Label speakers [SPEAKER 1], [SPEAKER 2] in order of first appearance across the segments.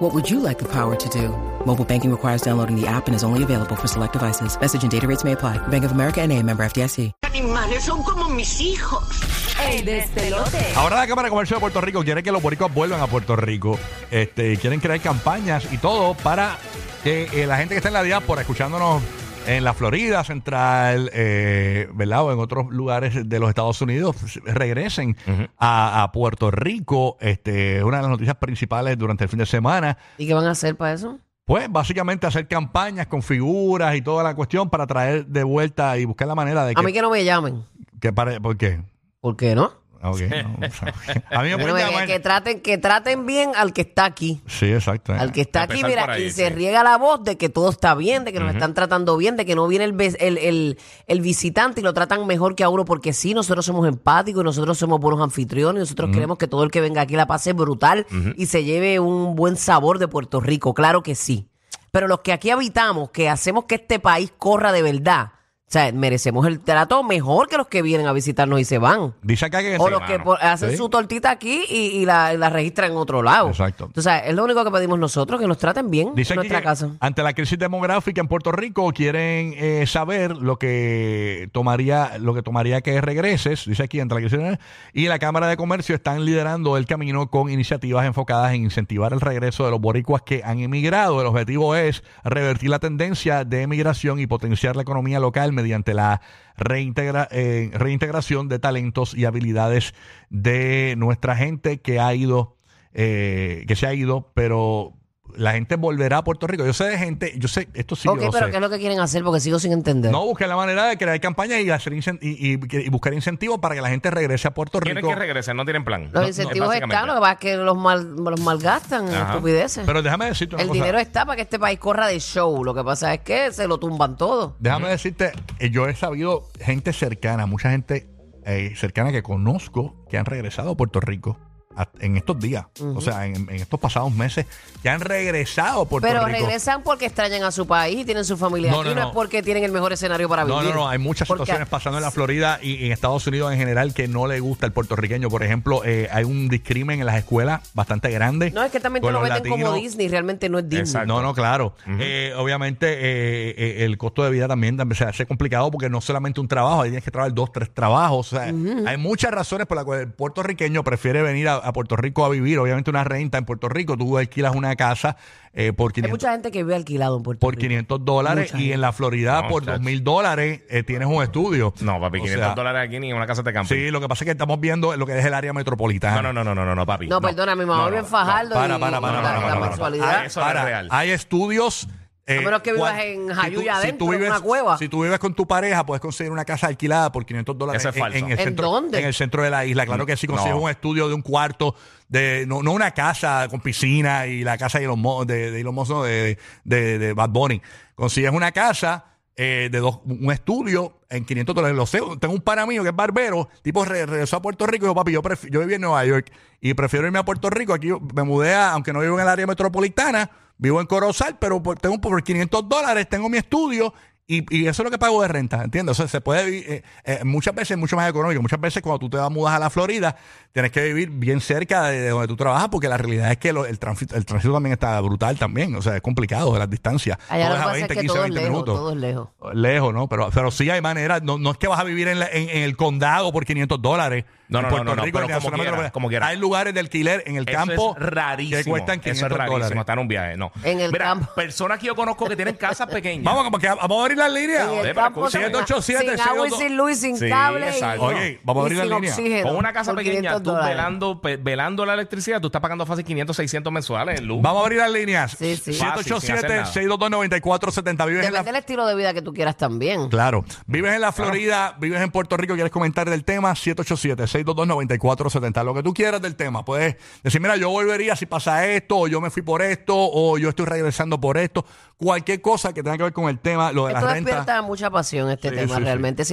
[SPEAKER 1] What would you like the power to do? Mobile banking requires downloading the app and is only available for select devices. Message and data rates may apply. Bank of America and a member FDIC.
[SPEAKER 2] animales son como mis hijos.
[SPEAKER 3] El despelote.
[SPEAKER 4] Ahora la Cámara de Comercio de Puerto Rico quiere que los boricuas vuelvan a Puerto Rico. Este, y quieren crear campañas y todo para que eh, la gente que está en la diáspora escuchándonos en la Florida Central, eh, ¿verdad? O en otros lugares de los Estados Unidos, pues, regresen a, a Puerto Rico. Este, es una de las noticias principales durante el fin de semana.
[SPEAKER 5] ¿Y qué van a hacer para eso?
[SPEAKER 4] Pues básicamente hacer campañas con figuras y toda la cuestión para traer de vuelta y buscar la manera de
[SPEAKER 5] A mí
[SPEAKER 4] que...
[SPEAKER 5] que no me llamen.
[SPEAKER 4] que pare- ¿Por qué?
[SPEAKER 5] ¿Por qué no?
[SPEAKER 4] Ah, ok, no, o sea, a mí
[SPEAKER 5] Que,
[SPEAKER 4] me pueden
[SPEAKER 5] no me-
[SPEAKER 4] llamar-
[SPEAKER 5] que traten, que traten bien al que está aquí.
[SPEAKER 4] Sí, exacto.
[SPEAKER 5] Al que está aquí,
[SPEAKER 6] empezar
[SPEAKER 5] mira,
[SPEAKER 6] por ahí,
[SPEAKER 5] y se
[SPEAKER 6] sí.
[SPEAKER 5] riega la voz de que todo está bien, de que nos están tratando bien, de que no viene el, ves- el, el- el visitante y lo tratan mejor que a uno, porque sí, nosotros somos empáticos, y nosotros somos buenos anfitriones, y nosotros queremos que todo el que venga aquí la pase brutal y se lleve un buen sabor de Puerto Rico, claro que sí. Pero los que aquí habitamos, que hacemos que este país corra de verdad, o sea, merecemos el trato mejor que los que vienen a visitarnos y se van.
[SPEAKER 4] Dice acá que
[SPEAKER 5] O
[SPEAKER 4] se-
[SPEAKER 5] los que
[SPEAKER 4] mano.
[SPEAKER 5] por- hacen
[SPEAKER 4] Sí.
[SPEAKER 5] su tortita aquí y, y la, y la registran en otro lado.
[SPEAKER 4] Exacto.
[SPEAKER 5] Tú sabes, es lo único que pedimos nosotros, que nos traten bien
[SPEAKER 4] Dice
[SPEAKER 5] en
[SPEAKER 4] aquí
[SPEAKER 5] nuestra
[SPEAKER 4] que Ah,
[SPEAKER 5] casa.
[SPEAKER 4] ante la crisis demográfica en Puerto Rico quieren eh, saber lo que tomaría lo que tomaría que regreses, dice aquí ante la crisis demográfica, y la Cámara de Comercio están liderando el camino con iniciativas enfocadas en incentivar el regreso de los boricuas que han emigrado. El objetivo es revertir la tendencia de emigración y potenciar la economía local mediante la reintegra- eh, reintegración de talentos y habilidades de nuestra gente que ha ido eh, que se ha ido, pero la gente volverá a Puerto Rico. Yo sé de gente, yo sé, esto sí,
[SPEAKER 5] ok,
[SPEAKER 4] yo lo
[SPEAKER 5] pero
[SPEAKER 4] sé.
[SPEAKER 5] ¿qué es lo que quieren hacer? Porque sigo sin entender.
[SPEAKER 4] No buscar la manera de crear campañas y, hacer incen- y, y- y buscar incentivos para que la gente regrese a Puerto
[SPEAKER 6] Quieren
[SPEAKER 4] Rico.
[SPEAKER 6] que regresen, no tienen plan.
[SPEAKER 5] los
[SPEAKER 6] No,
[SPEAKER 5] incentivos
[SPEAKER 6] no,
[SPEAKER 5] están, lo que
[SPEAKER 6] básicamente.
[SPEAKER 5] pasa es que los, mal- los malgastan en
[SPEAKER 6] Ajá.
[SPEAKER 5] Ah. estupideces.
[SPEAKER 4] Pero déjame decirte una
[SPEAKER 5] el
[SPEAKER 4] cosa.
[SPEAKER 5] dinero está para que este país corra de show. Lo que pasa es que se lo tumban todo.
[SPEAKER 4] Déjame decirte, eh, yo he sabido gente cercana, mucha gente eh, cercana que conozco que han regresado a Puerto Rico a- en estos días, o sea, en, en estos pasados meses, que han regresado a Puerto
[SPEAKER 5] Pero
[SPEAKER 4] Rico.
[SPEAKER 5] regresan porque extrañan a su país y tienen su familia
[SPEAKER 4] No,
[SPEAKER 5] aquí,
[SPEAKER 4] no,
[SPEAKER 5] no,
[SPEAKER 4] no.
[SPEAKER 5] es porque tienen el mejor escenario para vivir.
[SPEAKER 4] No, no, no. Hay muchas
[SPEAKER 5] Porque-
[SPEAKER 4] situaciones pasando en la Florida y en Estados Unidos en general que no le gusta al puertorriqueño. Por ejemplo, eh, hay un discrimen en las escuelas bastante grande.
[SPEAKER 5] No, es que también te
[SPEAKER 4] con
[SPEAKER 5] lo
[SPEAKER 4] los
[SPEAKER 5] meten como
[SPEAKER 4] latinos.
[SPEAKER 5] Disney, realmente no es Disney.
[SPEAKER 6] Exacto.
[SPEAKER 4] No, no, claro. Eh, obviamente eh, eh, el costo de vida también también se hace complicado porque no solamente un trabajo, ahí tienes que trabajar dos, tres trabajos. O sea, hay muchas razones por las cuales el puertorriqueño prefiere venir a, a Puerto Rico a vivir. Obviamente una renta en Puerto Rico, tú alquilas una casa eh, por
[SPEAKER 5] Hay
[SPEAKER 4] 500,
[SPEAKER 5] mucha gente que vive alquilado en Puerto
[SPEAKER 4] por
[SPEAKER 5] Rico.
[SPEAKER 4] 500 dólares
[SPEAKER 5] Mucha
[SPEAKER 4] y
[SPEAKER 5] gente.
[SPEAKER 4] en la Florida
[SPEAKER 6] No,
[SPEAKER 4] por
[SPEAKER 6] chacho.
[SPEAKER 4] 2 mil dólares eh, tienes un estudio.
[SPEAKER 6] No, papi,
[SPEAKER 4] O
[SPEAKER 6] 500
[SPEAKER 4] sea,
[SPEAKER 6] dólares aquí ni en una casa de camping.
[SPEAKER 4] Sí, lo que pasa es que estamos viendo lo que es el área metropolitana.
[SPEAKER 6] No, no, no, no, no, no, no, papi.
[SPEAKER 5] No, perdona, mi mamá vive en Fajardo
[SPEAKER 4] Para,
[SPEAKER 5] y
[SPEAKER 4] para, para,
[SPEAKER 5] la,
[SPEAKER 4] para,
[SPEAKER 5] la
[SPEAKER 4] para, para.
[SPEAKER 5] mensualidad.
[SPEAKER 6] Ah, eso no es
[SPEAKER 4] Para,
[SPEAKER 6] real.
[SPEAKER 4] Hay estudios. eh,
[SPEAKER 5] A menos que vivas
[SPEAKER 4] cuan-
[SPEAKER 5] en
[SPEAKER 4] si tú-
[SPEAKER 5] Jayuya
[SPEAKER 4] si
[SPEAKER 5] adentro,
[SPEAKER 4] tú
[SPEAKER 5] en
[SPEAKER 4] vives-
[SPEAKER 5] una cueva.
[SPEAKER 4] Si tú vives con tu pareja, puedes conseguir una casa alquilada por 500 dólares
[SPEAKER 6] Eso es
[SPEAKER 4] en-
[SPEAKER 6] falso.
[SPEAKER 4] en,
[SPEAKER 5] ¿En
[SPEAKER 4] el centro,
[SPEAKER 5] dónde?
[SPEAKER 4] en el centro de la isla. Claro que sí, consigues
[SPEAKER 6] No.
[SPEAKER 4] un estudio de un cuarto, de no, no una casa con piscina y la casa de Elon Musk, de, de Elon Musk, no, de, de- de Bad Bunny. Consigues una casa eh, de dos, un estudio en 500 dólares. Lo sé, tengo un pana mío que es barbero, tipo re- regresó a Puerto Rico y dijo, papi, yo, prefi- yo viví en Nueva York y prefiero irme a Puerto Rico. Aquí yo me mudé, a- aunque no vivo en el área metropolitana, vivo en Corozal, pero por- tengo por 500 dólares, tengo mi estudio y, y eso es lo que pago de renta, ¿entiendes? O sea, se puede vivir, eh, eh, muchas veces mucho más económico. Muchas veces cuando tú te vas, mudas a la Florida, tienes que vivir bien cerca de, de donde tú trabajas, porque la realidad es que lo- el, tránsito, el tránsito también está brutal también. O sea, es complicado de las distancias.
[SPEAKER 5] Allá
[SPEAKER 4] Tú
[SPEAKER 5] lo
[SPEAKER 4] vas
[SPEAKER 5] que
[SPEAKER 4] a
[SPEAKER 5] pasa es que todo es lejos, todo es lejos.
[SPEAKER 4] Ah, Lejos, ¿no? Pero, pero sí hay manera. No, no es que vas a vivir en, la- en- en el condado por 500 dólares.
[SPEAKER 6] No,
[SPEAKER 4] en
[SPEAKER 6] no, no,
[SPEAKER 4] Puerto
[SPEAKER 6] no, no,
[SPEAKER 4] Rico,
[SPEAKER 6] pero
[SPEAKER 4] ni en la
[SPEAKER 6] como
[SPEAKER 4] zona
[SPEAKER 6] quiera,
[SPEAKER 4] metropolitana.
[SPEAKER 6] como quiera.
[SPEAKER 4] Hay lugares de alquiler en el
[SPEAKER 6] Eso
[SPEAKER 4] campo
[SPEAKER 6] es rarísimo.
[SPEAKER 4] que cuestan 500
[SPEAKER 6] Eso es rarísimo,
[SPEAKER 4] dólares.
[SPEAKER 6] estar en un viaje, no.
[SPEAKER 5] En el
[SPEAKER 6] Mira,
[SPEAKER 5] campo.
[SPEAKER 6] personas que yo conozco que tienen casas pequeñas.
[SPEAKER 4] Vamos, como que vamos a abrir la línea.
[SPEAKER 5] En
[SPEAKER 6] Joder,
[SPEAKER 5] el
[SPEAKER 6] pero
[SPEAKER 5] campo
[SPEAKER 6] escúchame.
[SPEAKER 5] sin-
[SPEAKER 4] 787,
[SPEAKER 5] sin agua y
[SPEAKER 4] 622.
[SPEAKER 5] sin luz y sin
[SPEAKER 6] Sí,
[SPEAKER 5] cable. y-
[SPEAKER 6] exacto.
[SPEAKER 4] Oye, vamos a
[SPEAKER 5] y
[SPEAKER 4] abrir la
[SPEAKER 5] sin
[SPEAKER 4] línea.
[SPEAKER 5] oxígeno
[SPEAKER 6] Con una casa
[SPEAKER 5] por
[SPEAKER 6] pequeña,
[SPEAKER 5] 500
[SPEAKER 6] tú
[SPEAKER 5] dólares.
[SPEAKER 6] velando, pe- velando la electricidad, tú estás pagando fácil 500, 600 mensuales en luz.
[SPEAKER 4] Vamos a abrir las líneas.
[SPEAKER 5] Sí, sí.
[SPEAKER 6] Fácil, sin hacer
[SPEAKER 4] 787
[SPEAKER 6] nada.
[SPEAKER 4] 622-9470. Vives en
[SPEAKER 5] Depende del
[SPEAKER 4] la
[SPEAKER 5] estilo de vida que tú quieras también.
[SPEAKER 4] Claro. Vives en la Florida, vives en Puerto Rico, quieres comentar del tema 787 622-9470. Lo que tú quieras del tema. Puedes decir, mira, yo volvería si pasa esto, o yo me fui por esto, o yo estoy regresando por esto. Cualquier cosa que tenga que ver con el tema, lo de
[SPEAKER 5] Esto
[SPEAKER 4] la renta.
[SPEAKER 5] despierta mucha pasión este
[SPEAKER 4] Sí,
[SPEAKER 5] tema
[SPEAKER 4] sí, sí.
[SPEAKER 5] realmente.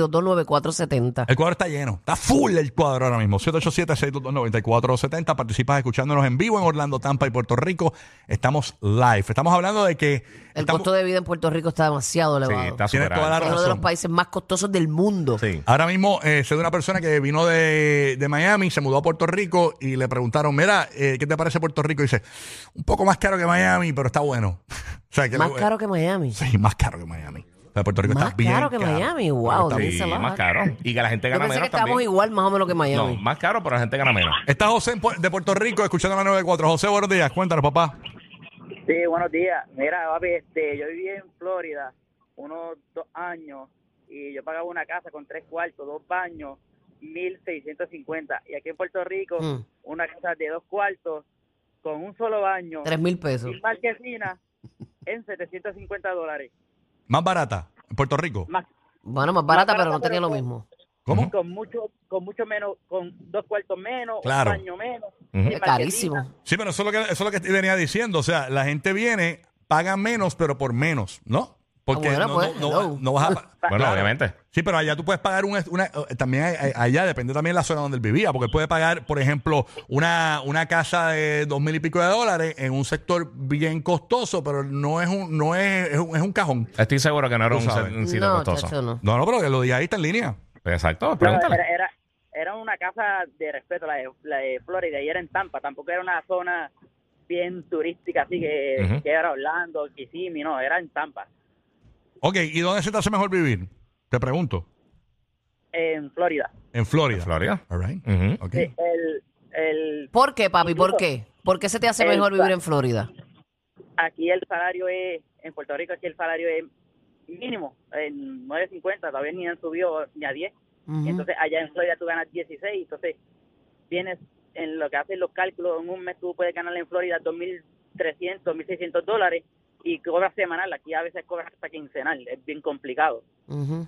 [SPEAKER 5] 787-622-9470.
[SPEAKER 4] El cuadro está lleno, está full el cuadro ahora mismo. 787-622-9470. Participas escuchándonos en vivo en Orlando, Tampa y Puerto Rico. Estamos live. Estamos hablando de que.
[SPEAKER 5] El
[SPEAKER 4] estamos-
[SPEAKER 5] costo de vida en Puerto Rico está demasiado elevado.
[SPEAKER 6] está
[SPEAKER 4] Tienes
[SPEAKER 6] superado.
[SPEAKER 4] toda la
[SPEAKER 5] es uno de los
[SPEAKER 4] razón.
[SPEAKER 5] países más costosos del mundo.
[SPEAKER 6] Sí.
[SPEAKER 4] Ahora mismo eh, sé de una persona que vino de, de Miami, se mudó a Puerto Rico y le preguntaron, mira, eh, ¿qué te parece Puerto Rico? Y dice, un poco más caro que Miami, pero está bueno. O sea, que
[SPEAKER 5] Más
[SPEAKER 4] lo-
[SPEAKER 5] caro que Miami.
[SPEAKER 4] Sí, más caro que Miami. O sea, Puerto Rico
[SPEAKER 5] Más
[SPEAKER 4] está bien
[SPEAKER 5] caro que Miami, wow,
[SPEAKER 4] Está bien.
[SPEAKER 5] dice.
[SPEAKER 6] Sí,
[SPEAKER 5] baja.
[SPEAKER 6] más caro. Y que la gente
[SPEAKER 5] Yo
[SPEAKER 6] gana
[SPEAKER 5] pensé que
[SPEAKER 6] menos
[SPEAKER 5] estábamos
[SPEAKER 6] también.
[SPEAKER 5] igual más o menos que
[SPEAKER 6] No,
[SPEAKER 5] Miami.
[SPEAKER 6] más caro, pero la gente gana menos.
[SPEAKER 4] Está José en Pu- de Puerto Rico escuchando la 94. José, buenos días. Cuéntanos, papá.
[SPEAKER 7] Sí, buenos días. Mira, papi, este, yo viví en Florida unos dos años y yo pagaba una casa con tres cuartos, dos baños, 1.650. Y aquí en Puerto Rico,
[SPEAKER 5] Mm.
[SPEAKER 7] una casa de dos cuartos con un solo baño,
[SPEAKER 5] Tres mil pesos.
[SPEAKER 7] sin marquesina, en 750 dólares.
[SPEAKER 4] Más barata en Puerto Rico.
[SPEAKER 7] Más,
[SPEAKER 5] Bueno, más barata,
[SPEAKER 7] barata,
[SPEAKER 5] pero no tenía
[SPEAKER 7] pero
[SPEAKER 5] lo
[SPEAKER 7] con-
[SPEAKER 5] mismo.
[SPEAKER 4] ¿Cómo?
[SPEAKER 7] con mucho con mucho menos, con dos cuartos menos,
[SPEAKER 4] Claro.
[SPEAKER 7] un baño menos.
[SPEAKER 6] Ujú.
[SPEAKER 7] sin
[SPEAKER 5] Es carísimo.
[SPEAKER 7] marquesina.
[SPEAKER 4] Sí, pero eso es, lo que, eso es lo que venía diciendo. O sea, la gente viene, paga menos, pero por menos, ¿no? Porque
[SPEAKER 5] Ah, bueno,
[SPEAKER 4] no,
[SPEAKER 5] pues,
[SPEAKER 4] no- no-
[SPEAKER 5] hello.
[SPEAKER 4] no vas a... pa-
[SPEAKER 6] Bueno,
[SPEAKER 4] Claro.
[SPEAKER 6] obviamente.
[SPEAKER 4] Sí, pero allá tú puedes pagar un, una... eh, También hay- hay- allá, depende también de la zona donde él vivía, porque él puede pagar, por ejemplo, una, una casa de dos mil y pico de dólares en un sector bien costoso, pero no es un, no es, es un, es un cajón.
[SPEAKER 6] Estoy seguro que no era
[SPEAKER 4] Tú
[SPEAKER 6] un,
[SPEAKER 4] sabes.
[SPEAKER 6] un sitio
[SPEAKER 5] No,
[SPEAKER 6] costoso.
[SPEAKER 5] chacho, no.
[SPEAKER 4] No, no, pero que lo diga ahí está en línea.
[SPEAKER 6] Exacto,
[SPEAKER 7] No,
[SPEAKER 6] pregúntale.
[SPEAKER 7] era, era, era una casa de respeto, la de, la de Florida, y era en Tampa, tampoco era una zona bien turística, así que,
[SPEAKER 6] Ujú.
[SPEAKER 7] que era Orlando, Kissimmee, no, era en Tampa,
[SPEAKER 4] Ok, ¿y dónde se te hace mejor vivir? Te pregunto.
[SPEAKER 7] en Florida.
[SPEAKER 4] En Florida.
[SPEAKER 6] Florida.
[SPEAKER 4] All right.
[SPEAKER 6] Ujú.
[SPEAKER 4] Ok.
[SPEAKER 7] Sí, El, el,
[SPEAKER 5] ¿Por qué, papi? ¿Por qué? ¿Por qué se te hace
[SPEAKER 7] El
[SPEAKER 5] mejor vivir
[SPEAKER 7] pa-
[SPEAKER 5] en Florida?
[SPEAKER 7] aquí el salario es, en Puerto Rico aquí el salario es mínimo, en 9.50, todavía ni han subido ni a 10.
[SPEAKER 5] Ujú.
[SPEAKER 7] Entonces allá en Florida tú ganas 16, entonces vienes en lo que hacen los cálculos, en un mes tú puedes ganar en Florida 2.300, 1.600 dólares y cobras semanal, aquí a veces cobras hasta quincenal, es bien complicado.
[SPEAKER 5] Ujú.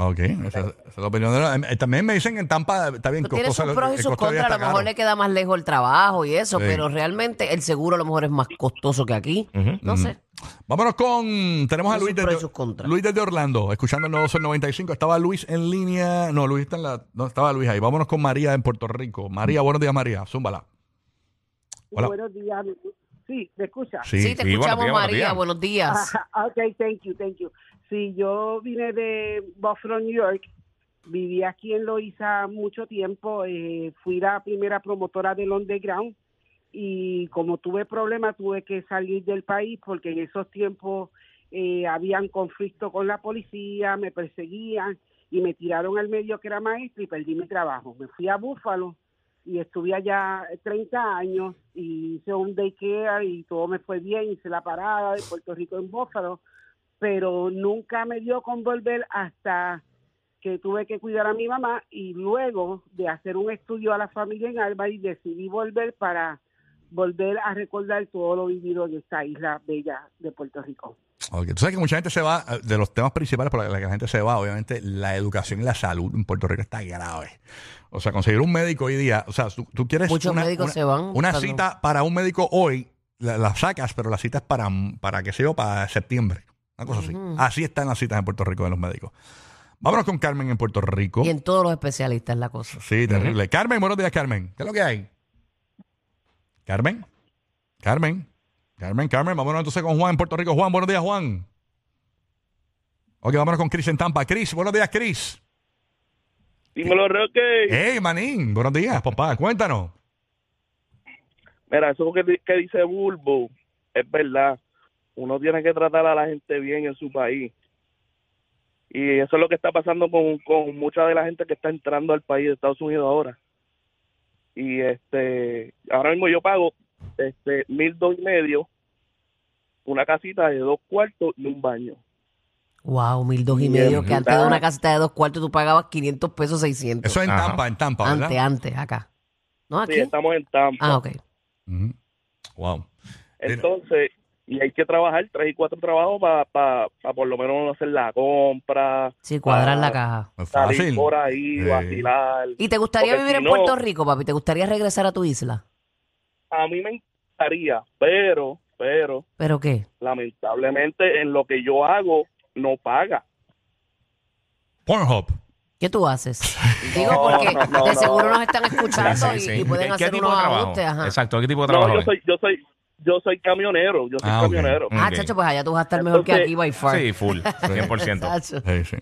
[SPEAKER 4] Ok, esa, esa es la opinión de la- eh, También me dicen que en Tampa está bien
[SPEAKER 5] Tú tienes
[SPEAKER 4] costosa,
[SPEAKER 5] sus pros y
[SPEAKER 4] el
[SPEAKER 5] sus
[SPEAKER 4] costo de vida
[SPEAKER 5] contras. A lo
[SPEAKER 4] está
[SPEAKER 5] mejor
[SPEAKER 4] caro.
[SPEAKER 5] le queda más lejos el trabajo y eso,
[SPEAKER 4] Sí.
[SPEAKER 5] pero realmente el seguro a lo mejor es más costoso que aquí.
[SPEAKER 6] Ujú.
[SPEAKER 5] No sé.
[SPEAKER 4] Vámonos con. Tenemos a
[SPEAKER 5] Sus
[SPEAKER 4] Luis
[SPEAKER 5] pros y
[SPEAKER 4] desde,
[SPEAKER 5] sus contras.
[SPEAKER 4] Luis desde Orlando, escuchando el nuevo Sol 95. Estaba Luis en línea. No, Luis está en la. No, estaba Luis ahí. Vámonos con María en Puerto Rico. María, buenos días, María. Zúmbala. Hola.
[SPEAKER 8] Buenos días. mi- Sí, ¿me escucha?
[SPEAKER 5] Sí, te
[SPEAKER 6] sí, buenos
[SPEAKER 5] escuchamos,
[SPEAKER 6] días, buenos
[SPEAKER 5] María.
[SPEAKER 6] días.
[SPEAKER 5] Buenos días.
[SPEAKER 8] Ah, ok, thank you, thank you. Sí, yo vine de Buffalo, New York. Viví aquí en Loiza mucho tiempo. eh, fui la primera promotora del Underground. Y como tuve problemas, tuve que salir del país porque en esos tiempos eh, habían conflicto con la policía, me perseguían y me tiraron al medio que era maestro y perdí mi trabajo. Me fui a Búfalo y estuve allá 30 años y hice un daycare y todo me fue bien, hice la parada de Puerto Rico en Búfalo, pero nunca me dio con volver hasta que tuve que cuidar a mi mamá y luego de hacer un estudio a la familia en Alba y decidí volver para volver a recordar todo lo vivido en esta isla bella de Puerto Rico.
[SPEAKER 4] Ok, Tú sabes que mucha gente se va, eh, de los temas principales por los que la gente se va, obviamente, la educación y la salud en Puerto Rico está grave. O sea, conseguir un médico hoy día, o sea, tú, tú quieres
[SPEAKER 5] Muchos
[SPEAKER 4] una,
[SPEAKER 5] médicos
[SPEAKER 4] una-
[SPEAKER 5] se van
[SPEAKER 4] una
[SPEAKER 5] buscando.
[SPEAKER 4] cita para un médico hoy, la, la sacas, pero la cita es para, para qué sé yo, para septiembre. Una cosa
[SPEAKER 5] Ujú.
[SPEAKER 4] así. Así están las citas en Puerto Rico de los médicos. Vámonos con Carmen en Puerto Rico.
[SPEAKER 5] Y en todos los especialistas la cosa.
[SPEAKER 4] Sí, terrible. Carmen, buenos días, Carmen. ¿Qué es lo que hay? Carmen, Carmen, Carmen, Carmen. Vámonos entonces con Juan en Puerto Rico. Juan, buenos días, Juan. Ok, vámonos con Chris en Tampa. Chris, buenos días, Chris.
[SPEAKER 9] Dímelo, Roque.
[SPEAKER 4] Hey, Manín, buenos días, papá. Cuéntanos.
[SPEAKER 9] Mira, eso que, di- que dice Bulbo es verdad. Uno tiene que tratar a la gente bien en su país. Y eso es lo que está pasando con, con mucha de la gente que está entrando al país de Estados Unidos ahora. Y este, ahora mismo yo pago este mil dos y medio, una casita de dos cuartos y un baño.
[SPEAKER 5] Wow, mil dos y
[SPEAKER 9] Bien,
[SPEAKER 5] medio. Que
[SPEAKER 9] ¿verdad?
[SPEAKER 5] antes de una casita de dos cuartos tú pagabas 500 pesos, 600.
[SPEAKER 4] Eso es en
[SPEAKER 6] Ajá.
[SPEAKER 4] Tampa, en Tampa, ¿verdad?
[SPEAKER 5] antes, antes, acá. ¿No
[SPEAKER 9] Sí,
[SPEAKER 5] aquí?
[SPEAKER 9] estamos en Tampa.
[SPEAKER 5] ah, ok.
[SPEAKER 4] Ujú. Wow.
[SPEAKER 9] Entonces, Y hay que trabajar tres y cuatro trabajos para por lo menos hacer la compra.
[SPEAKER 5] Sí, cuadrar
[SPEAKER 9] pa
[SPEAKER 5] la caja.
[SPEAKER 4] No es
[SPEAKER 9] Salir
[SPEAKER 4] Pues fácil.
[SPEAKER 9] por ahí,
[SPEAKER 4] Sí.
[SPEAKER 9] vacilar.
[SPEAKER 5] ¿Y te gustaría
[SPEAKER 9] Porque
[SPEAKER 5] vivir
[SPEAKER 9] si
[SPEAKER 5] en
[SPEAKER 9] no-
[SPEAKER 5] Puerto Rico, papi? ¿Te gustaría regresar a tu isla?
[SPEAKER 9] A mí me encantaría, pero, pero,
[SPEAKER 5] ¿Pero qué?
[SPEAKER 9] lamentablemente en lo que yo hago no paga.
[SPEAKER 4] Pornhub.
[SPEAKER 5] ¿Qué tú haces? Digo,
[SPEAKER 9] No,
[SPEAKER 5] porque
[SPEAKER 9] no, no,
[SPEAKER 5] de
[SPEAKER 9] no.
[SPEAKER 5] seguro nos están escuchando
[SPEAKER 6] Sí, sí,
[SPEAKER 5] y-
[SPEAKER 6] sí.
[SPEAKER 5] Y, pueden
[SPEAKER 6] ¿Qué
[SPEAKER 5] hacer
[SPEAKER 6] tipo de
[SPEAKER 5] unos
[SPEAKER 6] trabajo?
[SPEAKER 5] ajustes. Ajá.
[SPEAKER 6] Exacto, ¿qué tipo de trabajo?
[SPEAKER 9] No, yo
[SPEAKER 6] es?
[SPEAKER 9] soy, yo soy, yo soy camionero, yo soy
[SPEAKER 4] Ah, ok.
[SPEAKER 9] camionero.
[SPEAKER 6] Mm.
[SPEAKER 5] Ah,
[SPEAKER 6] Ok.
[SPEAKER 5] chacho, pues allá tú vas a estar mejor que
[SPEAKER 9] Entonces-
[SPEAKER 5] aquí, by far.
[SPEAKER 6] Sí, full, 100%.
[SPEAKER 5] Chacho.
[SPEAKER 4] Sí, sí.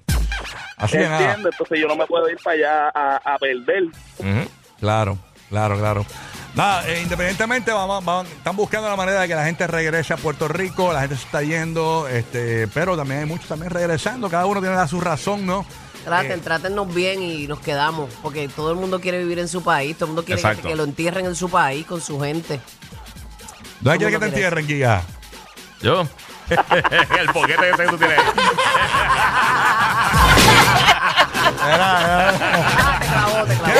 [SPEAKER 4] Así que nada.
[SPEAKER 9] ¿Entiendes? Entonces yo no me puedo ir para allá a, a perder.
[SPEAKER 6] Ujú.
[SPEAKER 4] Claro, claro, claro. Nada, eh, independientemente, vamos, vamos- están buscando la manera de que la gente regrese a Puerto Rico, la gente se está yendo, este, pero también hay muchos también regresando, cada uno tiene la- su razón, ¿no?
[SPEAKER 6] Eh.
[SPEAKER 5] Traten, trátennos bien y nos quedamos, porque todo el mundo quiere vivir en su país, todo el mundo quiere que,
[SPEAKER 6] Exacto.
[SPEAKER 5] que lo entierren en su país con su gente.
[SPEAKER 4] ¿Dónde
[SPEAKER 5] ¿Cómo
[SPEAKER 4] quieres que te
[SPEAKER 5] lo quieres?
[SPEAKER 4] entierren, Giga?
[SPEAKER 6] Yo. El boquete ese que tú tienes.
[SPEAKER 5] Ah, te clavó, te clavó.
[SPEAKER 4] ¿Qué?